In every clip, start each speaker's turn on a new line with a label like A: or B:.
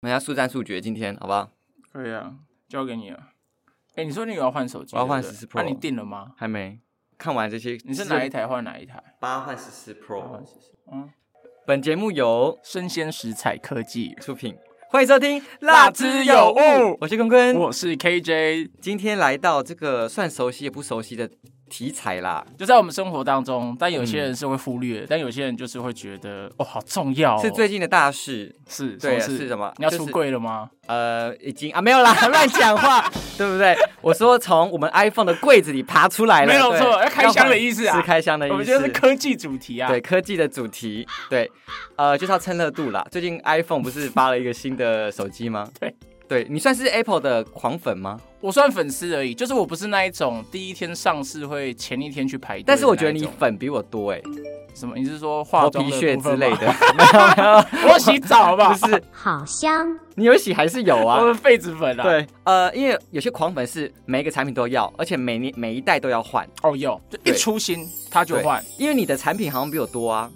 A: 我们要速战速决，今天好不好？
B: 可以啊，交给你了。哎、你说你有要换手机，
A: 我要换
B: 对不对
A: 14 Pro
B: 那、你定了吗？
A: 还没看完这些，
B: 你是哪一台换哪一台？
A: 八换十四 Pro？
B: 嗯，
A: 本节目由
B: 生鲜食材科技，
A: 出品，欢迎收听《
B: 辣之有物
A: 我是坤坤，
B: 我是 KJ，
A: 今天来到这个算熟悉也不熟悉的题材啦，
B: 就在我们生活当中，但有些人是会忽略，但有些人就是会觉得哦，好重要哦、
A: 是最近的大事，
B: 是
A: 对啊
B: 什么事
A: 是什么
B: 你要
A: 就是
B: 出柜了吗？
A: 呃，已经啊没有啦， 乱讲话，对不对？我说从我们 iPhone 的柜子里爬出来了，
B: 没有
A: 对
B: 错要开箱的意思啊
A: 是开箱的意思，
B: 我们今天是科技主题啊，
A: 对科技的主题，对，呃，就是要蹭热度啦。最近 iPhone 不是发了一个新的手机吗？
B: 对，
A: 对你算是 Apple 的狂粉吗？
B: 我算粉丝而已，就是我不是那一种第一天上市会前一天去排队的那
A: 但
B: 一种，
A: 是我觉得你粉比我多哎、
B: 什么？你是啊说化
A: 头
B: 妆
A: 皮
B: 的
A: 屑
B: 部
A: 之
B: 分
A: 类
B: 吗？
A: 的，没有没有，
B: 我洗澡好不好？
A: 不是
C: 好香，
A: 你有洗还是有
B: 我
A: 啊？
B: 们痱子粉啊。，
A: 对，呃，因为有些狂粉是每一个产品都要，而且每年每一代都要换，
B: 哦有，就
A: 对
B: 一出新他就
A: 对
B: 换。
A: 因为你的产品好像比我多啊。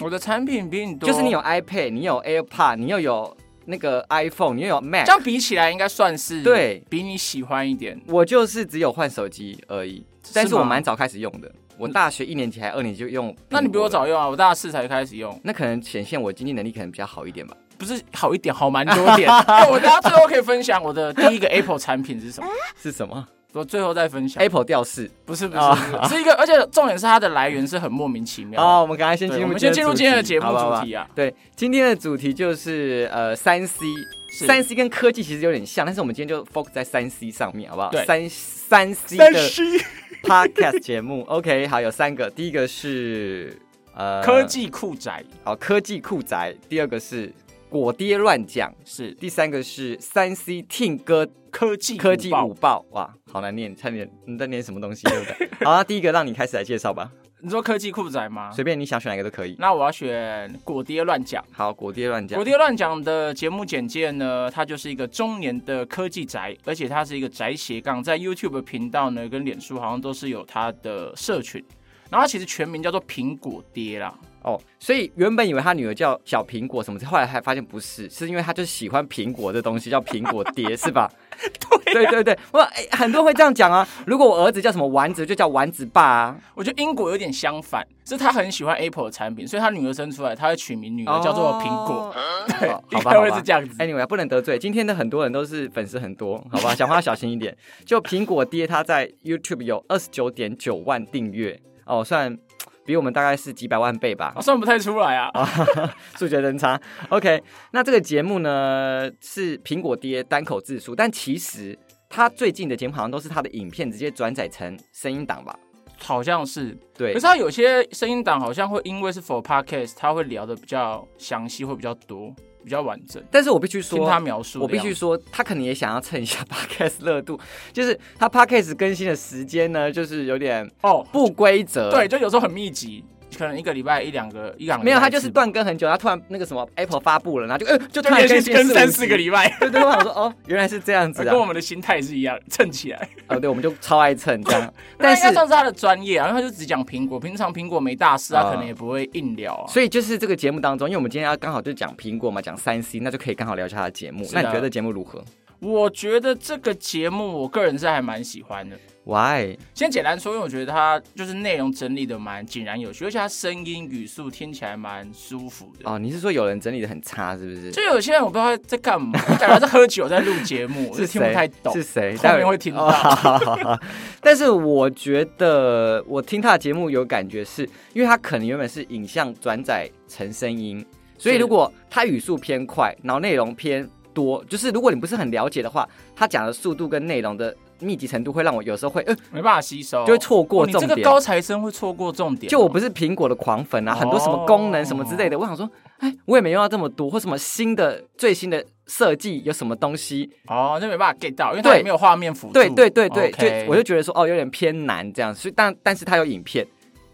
B: 我的产品比你多，
A: 就是你有 iPad，你有 AirPod，你又有那个 iPhone，你又有 Mac
B: 这。样比起来，应该算是
A: 对
B: 比你喜欢一点。
A: 我就是只有换手机而已，
B: 是
A: 但是我
B: 吗
A: 蛮早开始用的，我大学一年级还二年级就用。
B: 嗯那你比我，早用啊，我大四才开始用，
A: 那可能显现我经济能力可能比较好一点吧。
B: 不是好一点，好蛮 多点。哎我等下最后可以分享我的第一个 Apple 产品是什么，
A: 是什 么
B: 我最后再分享。
A: ？Apple 吊饰
B: 哎不是不
A: 啊
B: 是，不是是一个，而且重点是它的来源是很莫名其妙的。
A: 哦，我们赶快先
B: 对
A: 进入，
B: 我们先进入今天的节目
A: 好不好
B: 主题啊。
A: 对，今天的主题就是呃三 C，
B: 是
A: 三 C 跟科技其实有点像，但是我们今天就 focus 在三 C 上面，好不好？
B: 对
A: 三三 C
B: 三
A: 的
B: C
A: podcast 节 目，OK，好，有三个，第一个是呃
B: 科技酷宅
A: 好，科技酷宅，第二个是果爹乱讲，
B: 是
A: 第三个是三 C 听歌
B: 科技
A: 科技
B: 爆
A: 舞报，哇，好难念，差点你在念什么东西，对不 对？好，那啊第一个让你开始来介绍吧，
B: 你说科技酷宅吗？
A: 随便你想选哪个都可以。
B: 那我要选果爹乱讲。
A: 好，果爹乱讲，
B: 我爹乱讲的节目简介呢，他就是一个中年的科技宅，而且他是一个宅斜杠，在 YouTube 频道呢跟脸书好像都是有他的社群。然后他其实全名叫做苹果爹啦，
A: 哦，所以原本以为他女儿叫小苹果什么，后来还发现不是，是因为他就是喜欢苹果这东西，叫苹果爹，是吧？ 对对对，我、哎很多人会这样讲啊。如果我儿子叫什么丸子，就叫丸子爸啊。
B: 我觉得英国有点相反，是他很喜欢 Apple 的产品，所以他女儿生出来，他会取名女儿叫做苹果，
A: 哦，
B: 对
A: 好，
B: 应
A: 好吧，
B: 该
A: 好
B: 会
A: 吧
B: 是。这样子。
A: Anyway，不能得罪，今天的很多人都是粉丝很多，好吧，讲话要小心一点。就苹果爹他在 YouTube 有二十九点九万订阅哦，算比我们大概是几百万倍吧
B: 我、，哦算不太出来啊，
A: 数学真差。OK，那这个节目呢是苹果爹单口自述，但其实他最近的节目好像都是他的影片直接转载成声音档吧？
B: 好像是。
A: 对
B: 可是，他有些声音档好像会因为是 for podcast，他会聊的比较详细，会比较多，比较完整。
A: 但是我必须
B: 听
A: 说，
B: 他描述的
A: 我必
B: 样
A: 须
B: 子，
A: 说，他可能也想要蹭一下 podcast 热度，就是他 podcast 更新的时间呢，就是有点
B: 哦，
A: 不规则。
B: 对，，就有时候很密集，可能一个礼拜一两个一两个礼拜一次。
A: 没有，他就是断更很久，他突然那个什么 Apple 发布了，然后就呃就
B: 就
A: 突然
B: 连
A: 更
B: 续
A: 新
B: 跟三
A: 五
B: 四
A: 集
B: 个礼拜，哦
A: 对对，我想说哦，原来是这样子
B: 跟我
A: 啊。
B: 们的心态是一样，蹭 起来。
A: 呃，对，我们就超爱蹭这样，但
B: 那应该
A: 是
B: 算是他的专业啊，因为他就只讲苹果，平常苹果没大事，他
A: 啊
B: 可能也不会硬聊啊。
A: 所以就是这个节目当中，因为我们今天要刚好就讲苹果嘛，讲三 C，那就可以刚好聊一下他的节目。
B: 是啊
A: 那
B: 的
A: 你觉得节目如何
B: 我觉得这个节目，我个人是还蛮喜欢的。
A: ？Why？
B: 先简单说，因为我觉得它就是内容整理的蛮井然有序，而且它声音语速听起来蛮舒服的。
A: 哦，你是说有人整理的很差，是不是？
B: 就有些人我不知道他在干嘛，我感觉他在喝酒在录节目，我就是听不
A: 谁
B: 太懂
A: 是。谁？
B: 后
A: 待
B: 面
A: 儿
B: 会听到
A: 哦好好好好但是我觉得我听他的节目有感觉是，因为他可能原本是影像转载成声音，所以
B: 是
A: 如果他语速偏快，然后内容偏多，就是如果你不是很了解的话，他讲的速度跟内容的密集程度会让我有时候会呃
B: 没办法吸收，
A: 就会错过
B: 哦你这
A: 重
B: 个
A: 点
B: 高材生会错过重点哦，
A: 就我不是苹果的狂粉啊，
B: 哦
A: 很多什么功能什么之类的，我想说，哎，我也没用到这么多，或什么新的最新的设计有什么东西？
B: 哦，那没办法 get 到，因为它也没有画面辅助。
A: 对对对对
B: OK
A: 就我就觉得说，哦，有点偏难这样，所以但但是它有影片，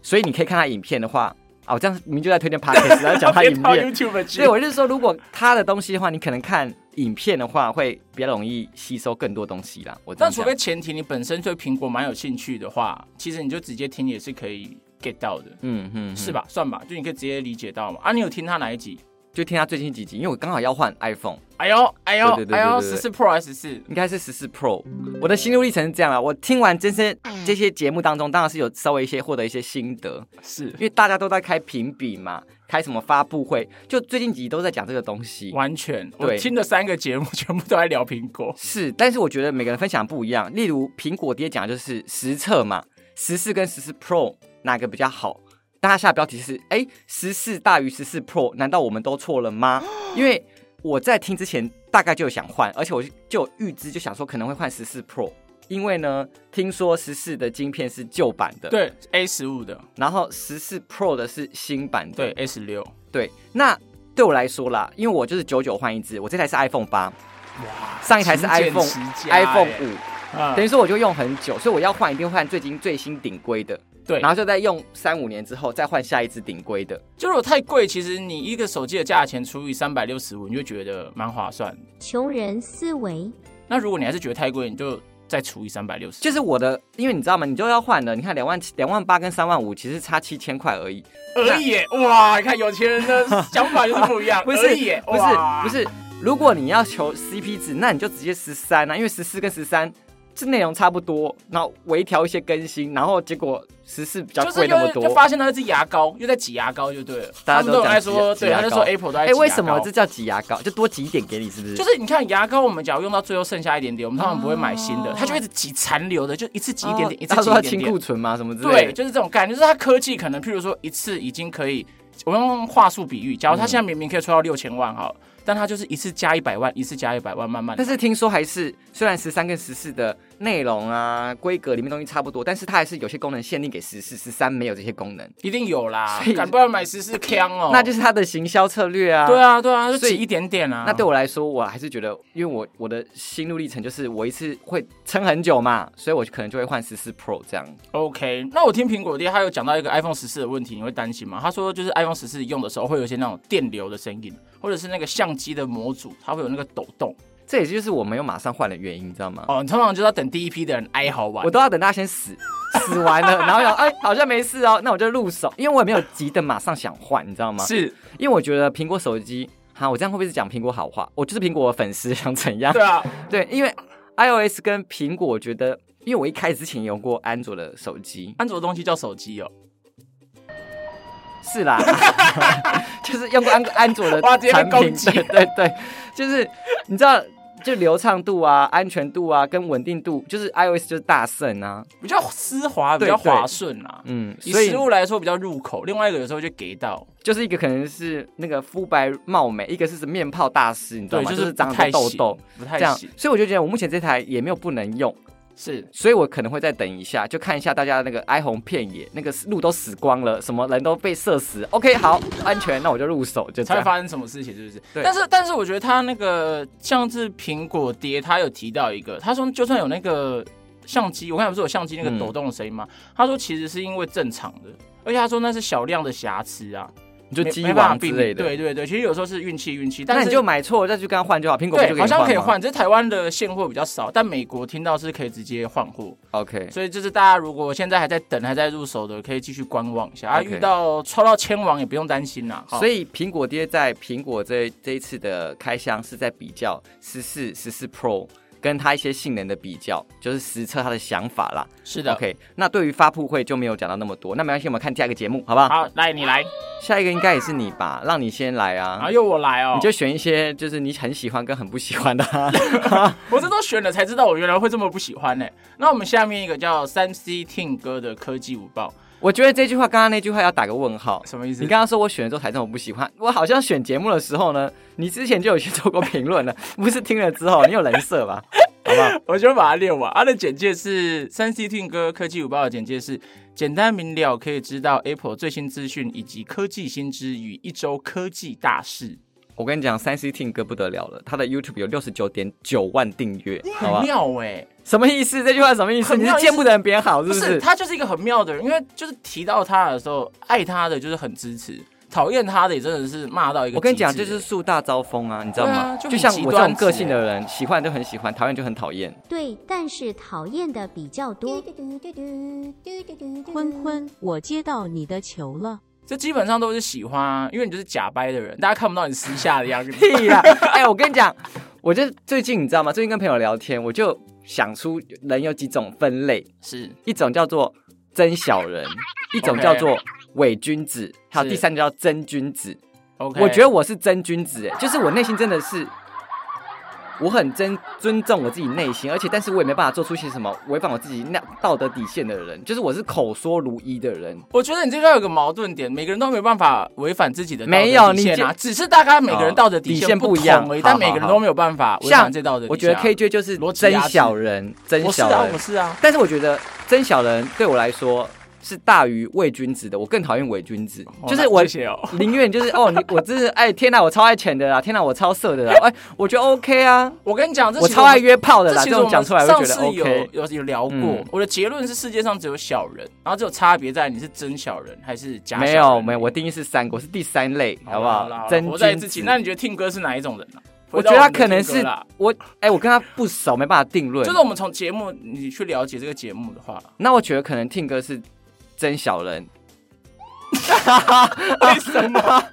A: 所以你可以看它影片的话，啊，我这样明明就在推荐 podcast，然后 讲它影
B: 到
A: 片。
B: YouTube
A: 所以
B: 去。
A: 我就是说，如果它的东西的话，你可能看影片的话，会比较容易吸收更多东西啦。我这
B: 但
A: 样
B: 除
A: 讲
B: 非前提你本身对苹果蛮有兴趣的话，其实你就直接听也是可以 get 到的，
A: 嗯嗯，嗯
B: 是？吧？算吧，就你可以直接理解到嘛。啊，你有听他哪一集？
A: 就听他最近几集，因为我刚好要换 iPhone，
B: 哎呦哎呦
A: 对对对对
B: 哎呦，
A: 对
B: 十
A: 对
B: 四 Pro 还是十四？
A: 应该是十四 Pro。我的心路历程是这样啊，我听完这些这些节目当中，当然是有稍微一些获得一些心得，
B: 是
A: 因为大家都在开评比嘛，开什么发布会，就最近几集都在讲这个东西。
B: 完全，我
A: 对
B: 听的三个节目全部都在聊苹果。
A: 是，但是我觉得每个人分享不一样。例如苹果爹讲的就是实测嘛，十四跟十四 Pro 哪个比较好？但他下标题是：哎，十四大于十四 Pro，难道我们都错了吗？因为我在听之前大概就有想换，而且我就就有预知就想说可能会换十四 Pro，因为呢，听说十四的晶片是旧版的，，
B: 对 A 十五的，
A: 然后十四 Pro 的是新版的，
B: 对 A 十六，
A: 对，那对我来说啦，因为我就是九九换一只，我这台是 iPhone 八，
B: 哇，
A: 上一台是
B: 勤俭
A: iPhone
B: 持家
A: iPhone
B: 欸
A: 五，
B: 啊
A: 等于说我就用很久，所以我要换一定换最新最新顶规的，
B: 对
A: 然后就再用三五年之后再换下一只顶规的。
B: 就如果太贵，其实你一个手机的价钱除以三百六十五，你就觉得蛮划算的。
C: 穷人思维。
B: 那如果你还是觉得太贵，你就再除以三百六十，
A: 就是我的，因为你知道吗？你就要换了，你看两万两万八跟三万五其实差七千块而已，
B: 而已 耶。哇，你看有钱人的想法就是 不一样，
A: 不
B: 而
A: 是
B: 已耶
A: 不是
B: 哇
A: 不是。如果你要求 CP 值，那你就直接十三啊，因为十四跟十三这内容差不多，然后微调一些更新，然后结果十四比较
B: 就是
A: 贵那么
B: 又
A: 多。
B: 就发现那只牙膏又在挤牙膏，就对了。
A: 大
B: 他
A: 家
B: 们
A: 都
B: 都有爱
A: 讲挤
B: 说，
A: 挤
B: 对，
A: 牙
B: 他就说
A: 膏
B: Apple 都
A: 哎、
B: 爱挤牙膏。
A: 为什么这叫挤牙膏？就多挤一点给你，是不是？
B: 就是你看牙膏，我们假如用到最后剩下一点点，我们通常不会买新的，它就一直挤残留的，就一次挤一点点，一次
A: 哦啊 他
B: 挤
A: 说要
B: 一点
A: 清
B: 点
A: 库。存嘛，什么之类
B: 对，
A: 的。
B: 就是这种概念，就是它科技可能，譬如说一次已经可以，我用话术比喻，假如它现在明明可以抽到六千万好了，但它就是一次加一百万，一次加一百万，慢慢
A: 但是听说还是，虽然十三跟十四的内容啊、规格里面东西差不多，但是它还是有些功能限定给十四、十三没有这些功能，
B: 一定有啦
A: 所，以
B: 敢不然买十四 K 哦，
A: 那就是它的行销策略啊。
B: 对。啊对啊，就
A: 所以
B: 挤一点点啊。
A: 那对我来说，我还是觉得，因为我我的心路历程就是我一次会撑很久嘛，所以我可能就会换十四 Pro 这样。
B: OK，那我听苹果爹他有讲到一个 iPhone 十四的问题，你会担心吗？他说就是 iPhone 十四用的时候会有一些那种电流的声音，或者是那个相机的模组它会有那个抖动。
A: 这也就是我没有马上换的原因，你知道吗？
B: 哦，你通常就是要等第一批的人哀嚎完
A: 我。都要等他先死，死完了，然后想，哎，好像没事哦，那我就入手，因为我也没有急的马上想换，你知道吗？
B: 是，
A: 因为我觉得苹果手机，哈，我这样会不会是讲苹果好话？我就是苹果的粉丝， 想怎样？
B: 对啊，
A: 对，因为 iOS 跟苹果，我觉得，因为我一开始之前也用过安卓的手机，
B: 安卓的东西叫手机哦。
A: 是 啦， 就是用过安安卓的
B: 哇直接被
A: 产
B: 攻
A: 品，
B: 击
A: 对对对，就是你知道。就流畅度啊、安全度啊、跟稳定度，就是 iOS 就是大胜啊，
B: 比较丝滑，比
A: 对
B: 较滑顺啦、
A: 嗯，
B: 以
A: 所以
B: 食物来说比较入口，另外一个有时候就给到，
A: 就是一个可能是那个肤白貌美，一个是面泡大师，你知道
B: 对，
A: 吗？
B: 就
A: 就是
B: 不
A: 长着
B: 太
A: 痘
B: 行
A: 痘，
B: 不太
A: 这样
B: 行，，
A: 所以我就觉得我目前这台也没有不能用，
B: 是
A: 所以我可能会再等一下，就看一下大家那个哀鸿遍野，那个路都死光了，什么人都被射死。OK，好，安全，那我就入手，就这
B: 才会
A: 样。
B: 发生什么事情，是不是？
A: 对
B: 但是但是我觉得他那个像是苹果爹，他有提到一个，他说就算有那个相机，我刚才不是有相机那个
A: 嗯
B: 抖动的声音吗？他说其实是因为正常的，而且他说那是小量的瑕疵啊，
A: 你就
B: 没
A: 鸡
B: 没办法
A: 王
B: 避
A: 之
B: 免
A: 类的，
B: 对对对，其实有时候是运气运气，但
A: 那
B: 是
A: 你就买错了再去跟他换就好。苹果不就
B: 对，好像可以
A: 吗。
B: 换，只是台湾的现货比较少，但美国听到是可以直接换货。
A: OK，
B: 所以就是大家如果现在还在等、还在入手的，可以继续观望一下啊。
A: OK
B: 遇到抽到千王也不用担心啦。
A: 所
B: 以
A: 以苹果爹在苹果这这一次的开箱是在比较十四、十四 Pro 跟它一些性能的比较，就是实测它的想法啦。
B: 是的
A: OK，那对于发布会就没有讲到那么多，那没关系，我们看下一个节目，好不好？
B: 好，来你来，
A: 下一个应该也是你吧，让你先来啊。
B: 啊又我来哦。
A: 你就选一些就是你很喜欢跟很不喜欢的、 啊。
B: 我这都选了才知道，我原来会这么不喜欢呢、那我们下面一个叫三 C Tin 哥的科技午报，
A: 我觉得这句话刚刚那句话要打个问号。
B: 什么意思？
A: 你刚刚说我选了之后才这么不喜欢，我好像选节目的时候呢，你之前就有去做过评论了，不是听了之后你有人设吧？ 好不好？
B: 我就把它列完。它的简介是三 C Twin 哥科技午报的简介是简单明了，可以知道 Apple 最新资讯以及科技新知与一周科技大事，
A: 我跟你讲，三 C 听歌不得了了，他的 YouTube 有六十九点九万订阅，好啊
B: 很
A: 吧？
B: 妙哎、
A: 什么意思？这句话什么意思？
B: 很
A: 你
B: 妙
A: 是见不得人别人好，是
B: 不
A: 不
B: 是，
A: 是？
B: 他就是一个很妙的人，因为就是提到他的时候，爱他的就是很支持，讨厌他的也真的是骂到一个极致。
A: 我跟你讲，这就是树大招风啊，你知道
B: 对啊
A: 吗？
B: 就很
A: 就像
B: 极
A: 我这
B: 端
A: 种个
B: 值
A: 性的人，喜欢就很喜欢，讨厌就很讨厌。
C: 对，但是讨厌 的比较多。
D: 嘟嘟嘟嘟嘟嘟嘟嘟嘟
E: 坤坤，我接到你的球了。
B: 这基本上都是喜欢啊，因为你就是假掰的人，大家看不到你私下的样 子。
A: 屁啦！哎、我跟你讲，我就最近你知道吗？最近跟朋友聊天，我就想出人有几种分类，
B: 是
A: 一种叫做真小人，一种
B: OK
A: 叫做伪君子，还有
B: 是
A: 第三个叫真君子。
B: ，OK，
A: 我觉得我是真君子，哎，就是我内心真的是。我很真尊重我自己内心，而且但是我也没办法做出一些什么违反我自己那道德底线的人，就是我是口说如一的人。
B: 我觉得你这个有个矛盾点，每个人都没办法违反自己的道德
A: 没有
B: 底线啊
A: 你
B: 只是大概每个人道德底
A: 哦底线
B: 不
A: 不
B: 同
A: 一样
B: 而已，
A: 好
B: 但
A: 好
B: 每个人都没有办法违
A: 像
B: 反这道德底线啊。
A: 我觉得 KJ 就是
B: 逻辑
A: 真
B: 压制
A: 小人，真
B: 我是
A: 小
B: 啊，
A: 人
B: 我。是啊，
A: 但是我觉得真小人对我来说是大于伪君子的，我更讨厌伪君子，就是
B: 哦
A: 我
B: 那谢谢哦，
A: 宁愿就是哦，你我真是哎天哪，我超爱钱的啊啦，天哪，我超色的啦，哎，我觉得 OK 啊，
B: 我跟你讲，这
A: 我
B: 其实
A: 超爱约炮的
B: 这
A: 啦，
B: 其
A: 这
B: 实我
A: 种
B: 们
A: 讲出来我
B: 上
A: 就觉
B: 次
A: 得 OK。
B: 有有有聊过、
A: 嗯
B: 我的结论是世界上只有小人，然后只有差别在你是真小人还是假小人。
A: 没
B: 欸
A: 有没有，我定义是三个，我是第三类，好不
B: 啦啦啦
A: 好？真
B: 我在
A: 君
B: 自己。
A: 子。
B: 那你觉得听歌是哪一种人呢、
A: 我觉得他可能
B: 回
A: 是
B: 到
A: 我，哎，我跟他不熟，没办法定
B: 我们
A: 论
B: 的听歌啦就是。我们从节目你去了解这个节目的话，
A: 那我觉得可能听歌是真小人，
B: 为 什么？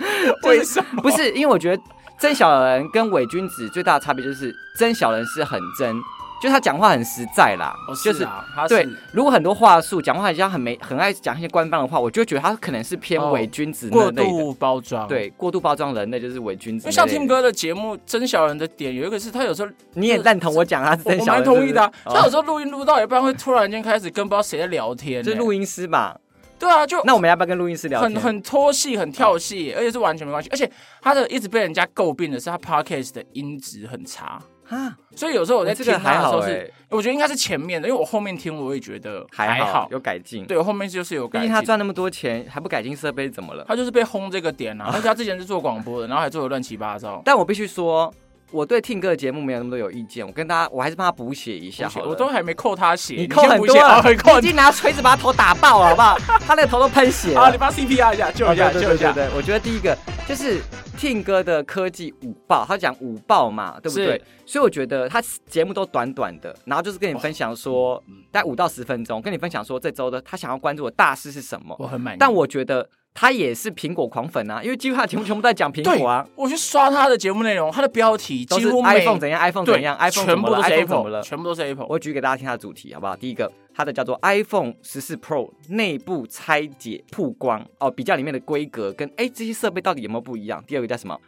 B: 为什么？
A: 不是，因为我觉得真小人跟伪君子最大的差别就是，真小人是很真，就是他讲话很实在啦，
B: 哦
A: 就是是。
B: 啊，他
A: 对
B: 是，
A: 如果很多话术，讲话像很没很爱讲一些官方的话，我就会觉得他可能是偏
B: 哦
A: 伪君子那类
B: 过
A: 的，
B: 度包装。。
A: 对，过度包装人类就是伪君
B: 因
A: 子那
B: 为
A: 类的。
B: 像听歌的节目，真小人的点有一个是，他有时候
A: 你也认同我讲他是
B: 我
A: 真
B: 我
A: 小
B: 蛮
A: 人，
B: 同意的、啊，
A: 是不是
B: 他有
A: 哦
B: 时候录音录到一半会突然间开始跟不知道谁在聊天、
A: 这
B: 欸，
A: 是录音师吧？
B: 对啊，就
A: 哦那我们要不要跟录音师聊
B: 很
A: 天？
B: 很拖戏，很跳戏，而且是完全没关系。而且他的一直被人家诟病的是他 podcast 的音质很差，
A: 啊，
B: 所以有时候我在
A: 这
B: 听
A: 个
B: 他
A: 还
B: 的时
A: 好
B: 候
A: 哎、
B: 是，我觉得应该是前面的，因为我后面听我也觉得
A: 还
B: 好。
A: 好有改进。
B: 对，我后面就是有
A: 毕
B: 改
A: 竟他
B: 进。
A: 赚那么多钱，还不改进设备怎么了？
B: 他就是被轰这个 点啊，而且他之前是做广播的，然后还做的乱七八糟。
A: 但我必须说，我对听歌的节目没有那么多有意见，我跟大家，我还是帮他补写一下好了。
B: 我都还没扣他血，
A: 你扣很多
B: 啊，
A: 了，
B: 很
A: 你
B: 扣
A: 已经拿锤子把他头打爆了，好不好？ 他那个头都喷血了。
B: 啊！你帮 CPR 一下，救
A: 啊
B: 一下，
A: 对
B: 救
A: 对对
B: 一下。
A: 对，我觉得第一个就是听歌的科技五爆，他讲五爆嘛，对不对
B: 是？
A: 所以我觉得他节目都短短的，然后就是跟你分享说，
B: 嗯
A: 大概五到十分钟，跟你分享说这周的他想要关注的大事是什么。
B: 我很满意。
A: 但我觉得他也是苹果狂粉啊，因为几乎他的节目全部都在讲苹
B: 对
A: 果啊，
B: 我去刷他的节目内容，他的标题
A: 都
B: 几
A: 是
B: 乎每
A: iPhone 怎样，iPhone
B: 对
A: 怎样，iPhone 怎
B: 全
A: 么
B: 部
A: 了
B: 都是
A: ，iPhone 怎么
B: Apple，
A: 了。
B: 全部都是 Apple。
A: 我举给大家听它的主题好不好？第一个，它的叫做 iPhone 十四 Pro 内部拆解曝光哦，比较里面的规格跟哎这些设备到底有没有不一样？第二个叫什么？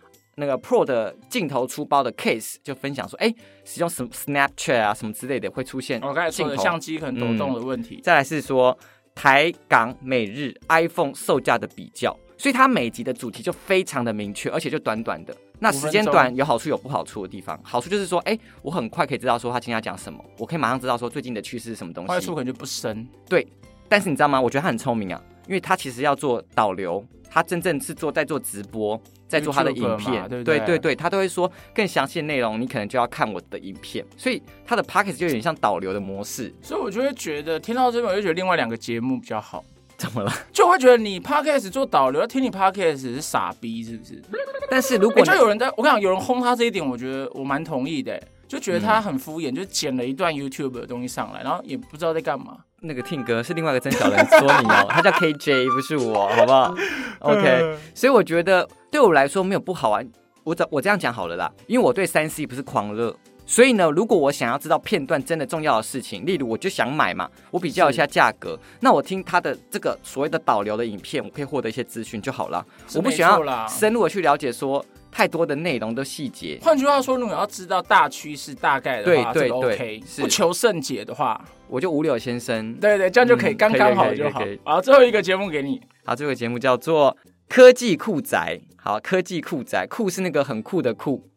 A: 那个 Pro 的镜头出包的 case 就分享说，哎，使用什么 Snapchat 啊什么之类的会出现
B: 我刚才
A: 镜
B: 说的
A: 头。嗯
B: 相机可能抖动的问题，
A: 再来是说台港美日 iPhone 售价的比较，所以它每集的主题就非常的明确，而且就短短的。那时间
B: 五分
A: 短有好处有不好处的地方，好处就是说，哎、我很快可以知道说他今天要讲什么，我可以马上知道说最近的趋势是什么东
B: 坏
A: 西
B: 处。可能就不深。
A: 但是你知道吗？我觉得他很聪明啊，因为他其实要做导流，他真正是做在做直播，在做他的
B: YouTuber
A: 影片，
B: 嘛对不对
A: 对对，他都会说更详细的内容，你可能就要看我的影片，所以他的 p a c k a g e 就有点像导流的模式。
B: 所以我就会觉得听到这边，我就觉得另外两个节目比较好，
A: 怎 么了？
B: 就会觉得你 podcast 做导流，听你 podcast 是傻逼是不是？
A: 但是如
B: 我
A: 果你
B: 就有人在，我跟你讲，有人轰他这一点，我觉得我蛮同意的、欸就觉得
A: 嗯
B: 他很敷衍，就剪了一段 YouTube 的东西上来，然后也不知道在干嘛。
A: 那个听歌是另外一个真小人说你哦，他叫 KJ 不是我，好不好？OK，所以
B: 嗯
A: 我觉得对我来说没有不好玩。我怎我这样讲好了啦，因为我对三 C 不是狂热，所以呢，如果我想要知道片段真的重要的事情，例如我就想买嘛，我比较一下价格，那我听他的这个所谓的导流的影片，我可以获得一些资讯就好了。
B: 是
A: 我不
B: 没
A: 想
B: 错啦
A: 要深入的去了解说太多的内容的细节。
B: 换句话说，如果要知道大趋势大概的话，
A: 对
B: 这个
A: 对
B: OK，
A: 对是
B: 不求甚解的话，
A: 我就五柳先生，
B: 对对，这样就可以
A: 嗯
B: 刚刚好
A: 可以可以
B: 就好
A: 可以可。
B: 好，最后一个节目给你，
A: 好，这个节目叫做《科技酷宅》。好，科技酷宅，酷是那个很酷的酷，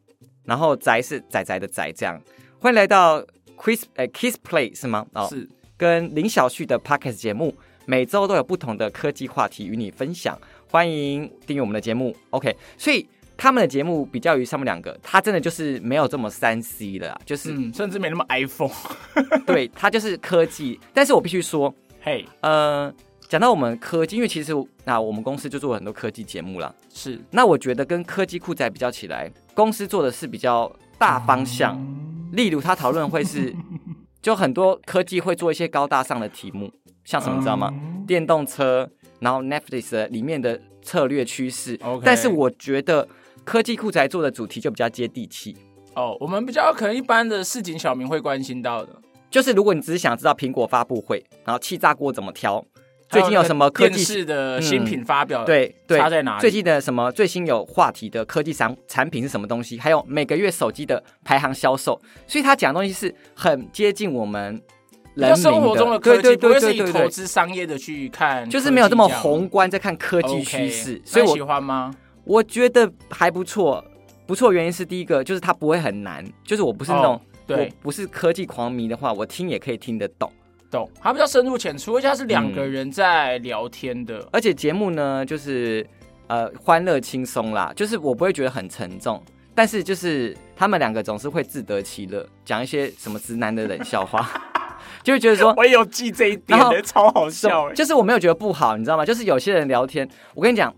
A: 然后宅是仔仔的宅，这样。欢迎来到 Quiz 呃 Kiss Play 是吗？哦，
B: 是
A: 跟林小旭的 Podcast 节目，每周都有不同的科技话题与你分享。欢迎订阅我们的节目，OK？所以他们的节目比较于上面两个，他真的就是没有这么三 C 的啦，就是、
B: 嗯，甚至没那么 iPhone。
A: 对他就是科技。但是我必须说，
B: 嘿，
A: 呃，讲到我们科技，因为其实那、我们公司就做了很多科技节目啦。
B: 是
A: 那我觉得跟科技酷仔比较起来，公司做的是比较大方向，
B: 嗯
A: 例如他讨论会 是，就很多科技会做一些
B: 嗯
A: 高大上的题目，像什么你知道吗？电动车，然后 Netflix 的里面的策略趋势。
B: OK
A: 但是我觉得科技酷宅做的主题就比较接地气，
B: 哦，我们比较可能一般的市井小民会关心到的。
A: 就是如果你只是想知道苹果发布会，然后气炸锅怎么挑，
B: 还
A: 最
B: 有
A: 近有什么科
B: 那个
A: 技嗯
B: 电视的新品发表？
A: 对对
B: 差在哪里？
A: 最近的什么最新有话题的科技产产品是什么东西？还有每个月手机的排行销售，所以他讲的东西是很接近我们
B: 比
A: 人
B: 较
A: 民
B: 生活中的科技，
A: 对
B: 不
A: 对对
B: 会是
A: 对
B: 以
A: 对
B: 投
A: 对，
B: 资商业的去看科技这样，
A: 就是没有这么宏观在看科
B: OK。
A: 技趋势所以
B: 那
A: 我
B: 你喜欢吗？
A: 我觉得还不错。不错，原因是第一个就是它不会很难，就是我不是那种、
B: 哦对，
A: 我不是科技狂迷的话，我听也可以听得懂。
B: 懂。它比较深入浅出，而且它是两
A: 嗯
B: 个人在聊天的。
A: 而且节目呢，就是呃欢乐轻松啦，就是我不会觉得很沉重，但是就是他们两个总是会自得其乐，讲一些什么直男的冷 笑话，就会觉得说。
B: 我也有记这一点
A: 然后
B: 欸超好
A: 什么就是我没有觉得不好，你知道吗？就是有些人聊天，我跟你讲，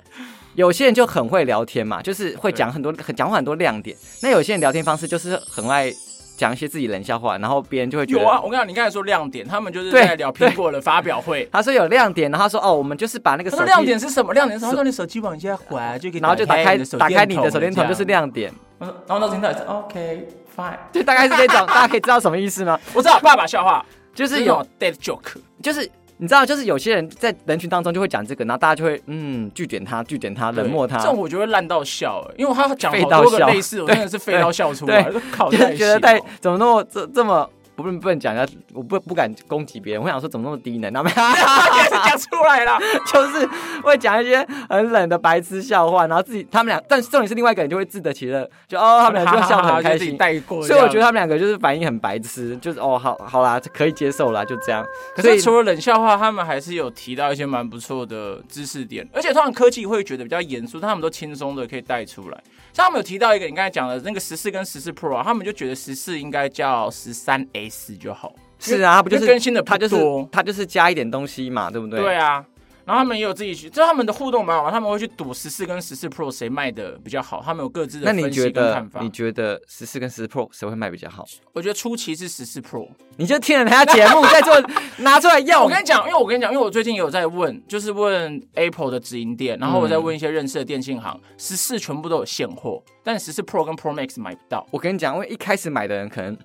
A: 有些人就很会聊天嘛，就是会讲很多很讲话很多亮点。那有些人聊天方式就是很爱讲一些自己冷笑话，然后别人就会觉
B: 有
A: 得
B: 啊，我跟你讲，你刚才说亮点，他们就是
A: 对
B: 在聊苹果的发表会。
A: 他说有亮点，然后他说哦，我们就是把那个
B: 他
A: 手
B: 说
A: 机
B: 亮点是什么？亮点是什么？他说你手机往下滑，就可以
A: 然后就打开
B: 你的手
A: 打开你的
B: 电
A: 手电筒
B: 这样
A: 就是。亮点，
B: 我说，然后到现在也是 OK fine。
A: 就大概是这 种，大家可以知道什么意思吗？
B: 我知道爸爸笑话
A: 就
B: 就是
A: 是有
B: 有，dead joke，
A: 就是你知道，就是有些人在人群当中就会讲这个，然后大家就会嗯据点他，据点他，冷漠他
B: 这，种我就会烂到笑，欸因为他讲
A: 废
B: 好
A: 到
B: 多个
A: 笑
B: 类似，我真的是飞到笑出来，
A: 对
B: 我说 靠，
A: 就
B: 太
A: 是觉得
B: 太
A: 太 怎么那么这这么不能不能讲，啊我不不敢攻击别人，我想说怎么那么低能，那没
B: 开始讲出 来了。
A: 就是会讲一些很冷的白痴笑话，然后自己他们俩，但重点是另外一个人就会自得其乐，就哦他们俩就笑得
B: 哈哈哈
A: 很开
B: 就自己
A: 心。
B: 带过。
A: 所以我觉得
B: 得，
A: 他们两个就是反应很白痴，就是哦，好好啦，可以接受啦，就这样。
B: 可
A: 所以
B: 是除了冷笑话，他们还是有提到一些蛮不错的知识点，而且通常科技会觉得比较严肃，但他们都轻松的可以带出来。像他们有提到一个你刚才讲的那个十四跟十四 Pro，啊他们就觉得十四应该叫十三 S 就好。
A: 是啊，他不就是
B: 因为更新的不
A: 他就是
B: 多
A: 他就是加一点东西嘛，对不对？
B: 对啊，然后他们也有自己去，就他们的互动蛮好玩，他们会去赌十四跟十四 Pro 谁卖的比较好，他们有各自的
A: 那你
B: 分析
A: 觉
B: 跟
A: 得
B: 看法。
A: 你觉得十四跟十 Pro 谁会卖比较好？
B: 我觉得初期是十四 Pro，
A: 你就听人家节目再做 拿出来用
B: 我跟你讲，因为我跟你讲，因为我最近有在问，就是问 Apple 的直营店，然后我
A: 嗯
B: 在问一些认识的电信行，十四全部都有现货，但十四 Pro 跟 Pro Max 买不到，
A: 我跟你讲，因为一开始买的人可能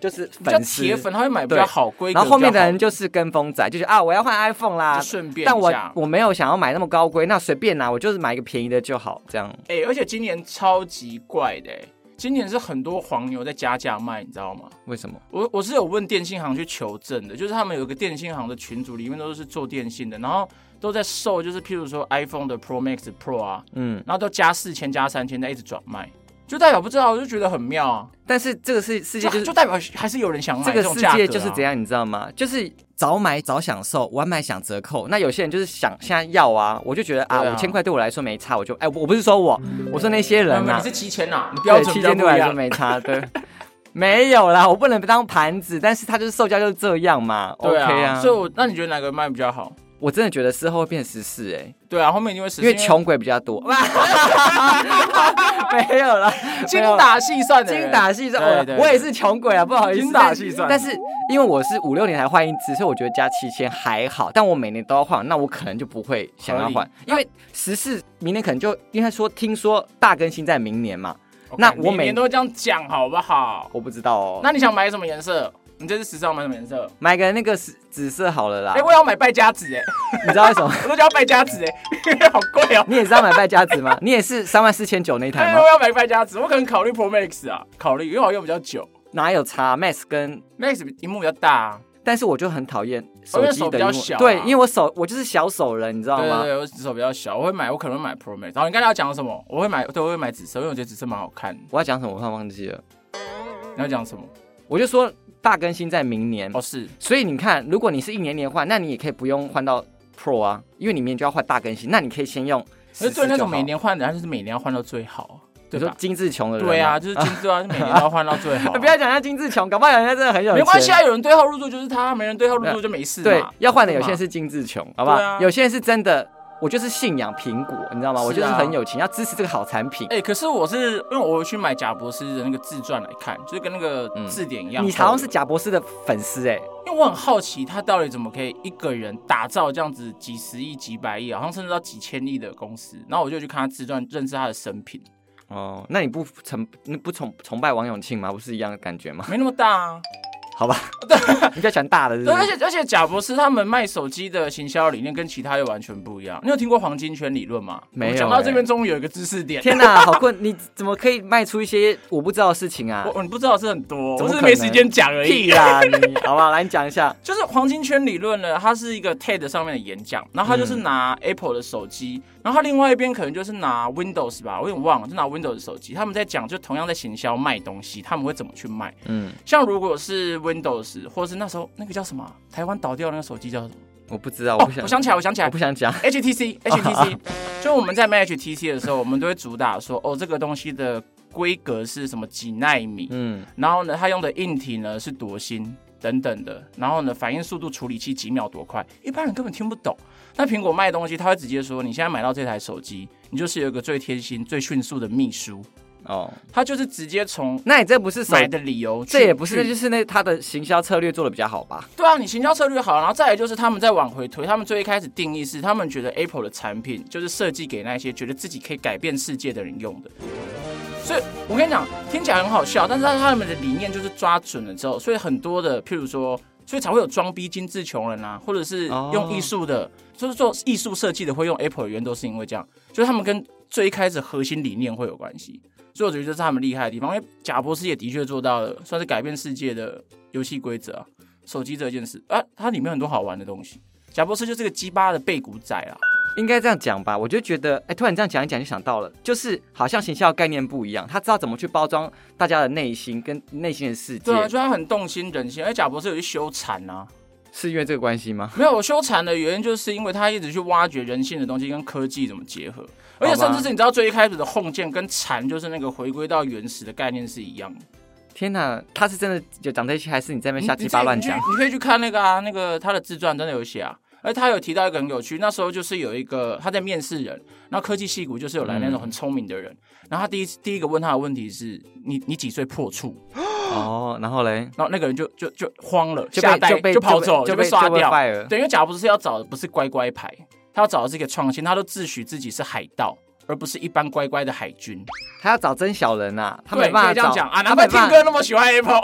A: 就是
B: 比较
A: 粉丝
B: 铁粉，他会买比较好规格，
A: 然后后面的人
B: 比
A: 就是跟风仔，就觉得啊我要换 iPhone
B: 较好
A: 啦
B: 就，顺便
A: 但
B: 一
A: 我
B: 下。
A: 我没有想要买那么高规，那随便啦，我就是买一个便宜的就好，这样。
B: 哎、而且今年超级怪的、欸，今年是很多黄牛在加价卖，你知道吗？
A: 为什么？
B: 我我是有问电信行去求证的，就是他们有一个电信行的群组，里面都是做电信的，然后都在售，就是譬如说 iPhone 的 Pro Max Pro 啊，
A: 嗯，
B: 然后都加四千加三千，在一直转卖，就代表不知道，我就觉得很妙啊，
A: 但是这个是世界
B: 就
A: 就是
B: 就代表还是有人想买
A: 这个
B: 种
A: 世
B: 价格、
A: 界
B: 啊，
A: 就是怎，样，你知道吗？就是早买早享受，晚买享折扣。那有些人就是想现在要啊，我就觉得啊，
B: 对啊嗯
A: 五千块对我来说没差，我就哎，我我不是说我，我说那些人
B: 没有
A: 啊
B: 你，是提前啦，你标
A: 对，
B: 准
A: 七
B: 比较
A: 千
B: 不
A: 对我
B: 一
A: 来说
B: 样。
A: 没差， 对。没有啦，我不能当盘子，但是它就是售价就是这样嘛
B: 对
A: ，OK 啊。
B: 所以我那你觉得哪个卖比较好？
A: 我真的觉得事后会变十四哎，
B: 对啊，后面一定会实
A: 因为穷鬼比较多。 没有 啦，
B: 精
A: 没有
B: 打细算的人，
A: 精打细算，
B: 对
A: 我
B: 对
A: 我也是穷鬼啊，不好意思，
B: 精打细算
A: 但是因为我是五六年才换一只，所以我觉得加七千还好。但我每年都要换，那我可能就不会想要
B: 合
A: 换
B: 理，
A: 因为十四明年可能就应该说，听说大更新在明年嘛，
B: OK，
A: 那我
B: 你
A: 每
B: 年都这样讲好不好？
A: 我不知道哦。
B: 那你想买什么颜色？你这次时尚买什么颜色？
A: 买个那个紫紫色好了啦
B: 哎、，我要买败家子哎、
A: 你知道为什么？
B: 我都叫败家子哎、 好贵哦、
A: 你也是要买败家子吗？你也是三万四千九那一台
B: 哎，
A: 吗
B: 我？要买败家子，我可能考虑 Pro Max 啊，考虑，因为我用比较久
A: 哪有差？Max 跟，
B: ，Max 比屏幕比较大、啊，
A: 但是我就很讨厌
B: 哦因
A: 手
B: 为
A: 机
B: 手比
A: 的
B: 较
A: 荧幕
B: 小啊
A: 对，因为我手我就是小手人，你知道
B: 对对
A: 吗？
B: 对，我紫手比较小，我会买，我可能会买 Pro Max。然后你刚才要讲什么？我会买，对，我会买紫色，因为我觉得紫色蛮好看。
A: 我要讲什么，我突然忘记了。
B: 你要讲什么？
A: 我就说大更新在明年，
B: 哦，是
A: 所以你看，如果你是一年年换，那你也可以不用换到 Pro 啊，因为你明年就要换大更新，那你可以先用
B: 可是
A: 14就好。
B: 对那种每年换的，他就是每年要换到最好，
A: 你
B: 对
A: 说
B: 吧？
A: 精致穷的人，
B: 对啊，，就是金对啊，就每年都要换到最好啊
A: 。不要讲他精致穷，搞不好人家真的很有钱。
B: 没关系啊，有人对号入座就是他，没人对号入座就没事嘛。
A: 对，要换的有些
B: 对
A: 人
B: 嘛
A: 是精致穷，好不好？
B: 对啊
A: 有些人是真的我就是信仰苹果，你知道吗？
B: 是啊
A: 我就是很有钱，要支持这个好产品。
B: 哎、可是我是因为我有去买贾博士的那个自传来看，就是跟那个
A: 嗯
B: 字典一样厚的。
A: 你好像是贾博士的粉丝哎、
B: 因为我很好奇，他到底怎么可以一个人打造这样子几十亿、几百亿，好像甚至到几千亿的公司？然后我就去看他自传，认识他的生平，
A: 哦，那你不崇你不崇崇拜王永庆吗？不是一样的感觉吗？
B: 没那么大啊。
A: 好 吧，你比较喜欢大的是
B: 对，
A: 不
B: 而
A: 是？
B: 且而且贾博士他们卖手机的行销理念跟其他又完全不一样。你有听过黄金圈理论吗？
A: 没有
B: 我讲到
A: 欸
B: 这边，终于有一个知识点。
A: 天哪，好困！你怎么可以卖出一些我不知道的事情啊？
B: 我你不知道是很多，
A: 怎么
B: 我是
A: 可
B: 没
A: 能
B: 时间讲而已
A: 屁。啦，你好吧，来你讲一下。
B: 就是黄金圈理论呢，它是一个 TED 上面的演讲，然后他
A: 嗯
B: 就是拿 Apple 的手机，然后他另外一边可能就是拿 Windows 吧，我有点忘了，就拿 Windows 的手机，他们在讲就同样在行销卖东西，他们会怎么去卖？
A: 嗯，
B: 像如果是 Windows，或是那时候那个叫什么啊台湾倒掉那个手机叫什么？
A: 我不知道，我
B: 哦
A: 不，想，
B: 我想起来，我想起来
A: 我，不想讲。
B: HTC HTC，就我们在卖 HTC 的时候，我们都会主打说，哦，这个东西的规格是什么几纳米，
A: 嗯，
B: 然后呢，它用的硬体呢是多芯等等的，然后呢，反应速度、处理器几秒多快，一般人根本听不懂。那苹果卖的东西，它会直接说，你现在买到这台手机，你就是有一个最贴心、最迅速的秘书，
A: 哦，
B: 它就是直接从。
A: 那你这不是手
B: 买的理由去，
A: 这也不是，那
B: 去
A: 就是那他的行销策略做的比较好吧？
B: 对啊，你行销策略好，然后再来就是他们在往回推，他们最一开始定义是他们觉得 Apple 的产品就是设计给那些觉得自己可以改变世界的人用的。所以我跟你讲，听起来很好笑，但是他们的理念就是抓准了之后，所以很多的，譬如说，所以才会有装逼精致穷人啊，或者是
A: 哦
B: 用艺术的，就是做艺术设计的会用 Apple 的原因都是因为这样，就是他们跟最一开始核心理念会有关系。所以我觉得这是他们厉害的地方，因为贾博士也的确做到了，算是改变世界的游戏规则啊。手机这件事啊，它里面很多好玩的东西。贾博士就是个鸡巴的背骨仔啊啦，
A: 应该这样讲吧？我就觉得，哎，突然这样讲一讲就想到了，就是好像行销概念不一样，他知道怎么去包装大家的内心跟内心的世界
B: 对，啊，就他很动心人心。而贾博士有去修禅啊，
A: 是因为这个关系吗？
B: 没有我修禅的原因，就是因为他一直去挖掘人性的东西跟科技怎么结合，而且
A: 好吧
B: 甚至是你知道最一开始的碰见跟禅就是那个回归到原始的概念是一样的。
A: 天哪，他是真的有讲这些，还是你在那边
B: 你
A: 瞎鸡巴乱
B: 你自己
A: 讲
B: 你？去你可以去看那个啊，那个他的自传真的有写啊。而他有提到一个很有趣，那时候就是有一个他在面试人，然后科技戏骨就是有来那种很聪明的人，然后他第一第一个问他的问题是你你几岁破处？
A: 哦，然后嘞，
B: 然后那个人就就就慌了，
A: 就
B: 吓
A: 被
B: 呆
A: 就被
B: 跑走，
A: 就
B: 被刷掉。
A: fire 了。
B: 对，因为贾博士要找的不是乖乖牌，他要找的是一个创新，他都自诩自己是海盗，而不是一般乖乖的海军。
A: 他要找真小人呐，他
B: 对，
A: 没办
B: 可
A: 法
B: 以这样
A: 找
B: 讲
A: 他
B: 啊，难
A: 没
B: 怪
A: 办
B: 听
A: 法
B: 哥那么喜欢 Apple。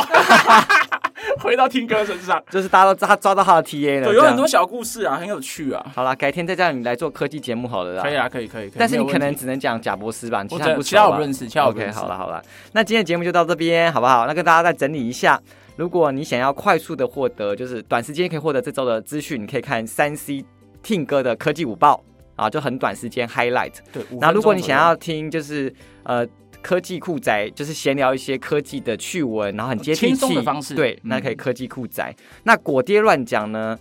B: 回到听哥身上，
A: 就是大家都抓抓到他的 TA 了。
B: 对，
A: 这
B: 有
A: 样
B: 很多小故事啊，很有趣啊。
A: 好啦，改天再叫你来做科技节目好了啦。
B: 可以啊，可以可以可以。
A: 但是
B: 没有
A: 你可
B: 问
A: 能
B: 题
A: 只能讲贾博士吧，你其
B: 我
A: 他
B: 只
A: 不
B: 其他
A: 熟
B: 我
A: 吧
B: 不认识，其他我不
A: OK，
B: 认识。
A: 好了好了，那今天的节目就到这边，好不好？那跟大家再整理一下。如果你想要快速的获得，就是短时间可以获得这周的资讯，你可以看三 C Ting 哥的科技午报啊，就很短时间 highlight。
B: 对，
A: 那如果你想要听，就是呃科技酷宅，就是闲聊一些科技技的趣闻，然后很接地
B: 呃轻松
A: 气
B: 的方式
A: 对
B: 嗯，
A: 那可以科技酷宅。那果爹乱讲呢？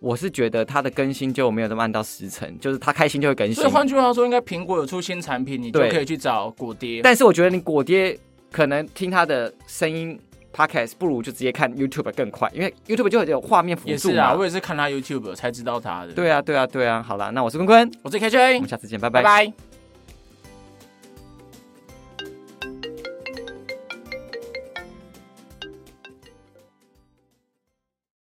A: 我是觉得它的更新就没有这么按到时辰，就是他开心就会更新。
B: 所以换句话说，应该苹果有出新产品，你就
A: 对
B: 可以去找果爹。
A: 但是我觉得你果爹可能听他的声音 podcast，不如就直接看 YouTube 更快，因为 YouTube 就有画面辅
B: 也
A: 助
B: 是
A: 嘛。
B: 啊，我也是看他 YouTube 才知道他的。，
A: 对啊，对啊，对啊。好啦，那我是坤坤，
B: 我是
A: 我
B: KJ，
A: 们下次见，拜
B: 拜
A: 拜。
B: 拜。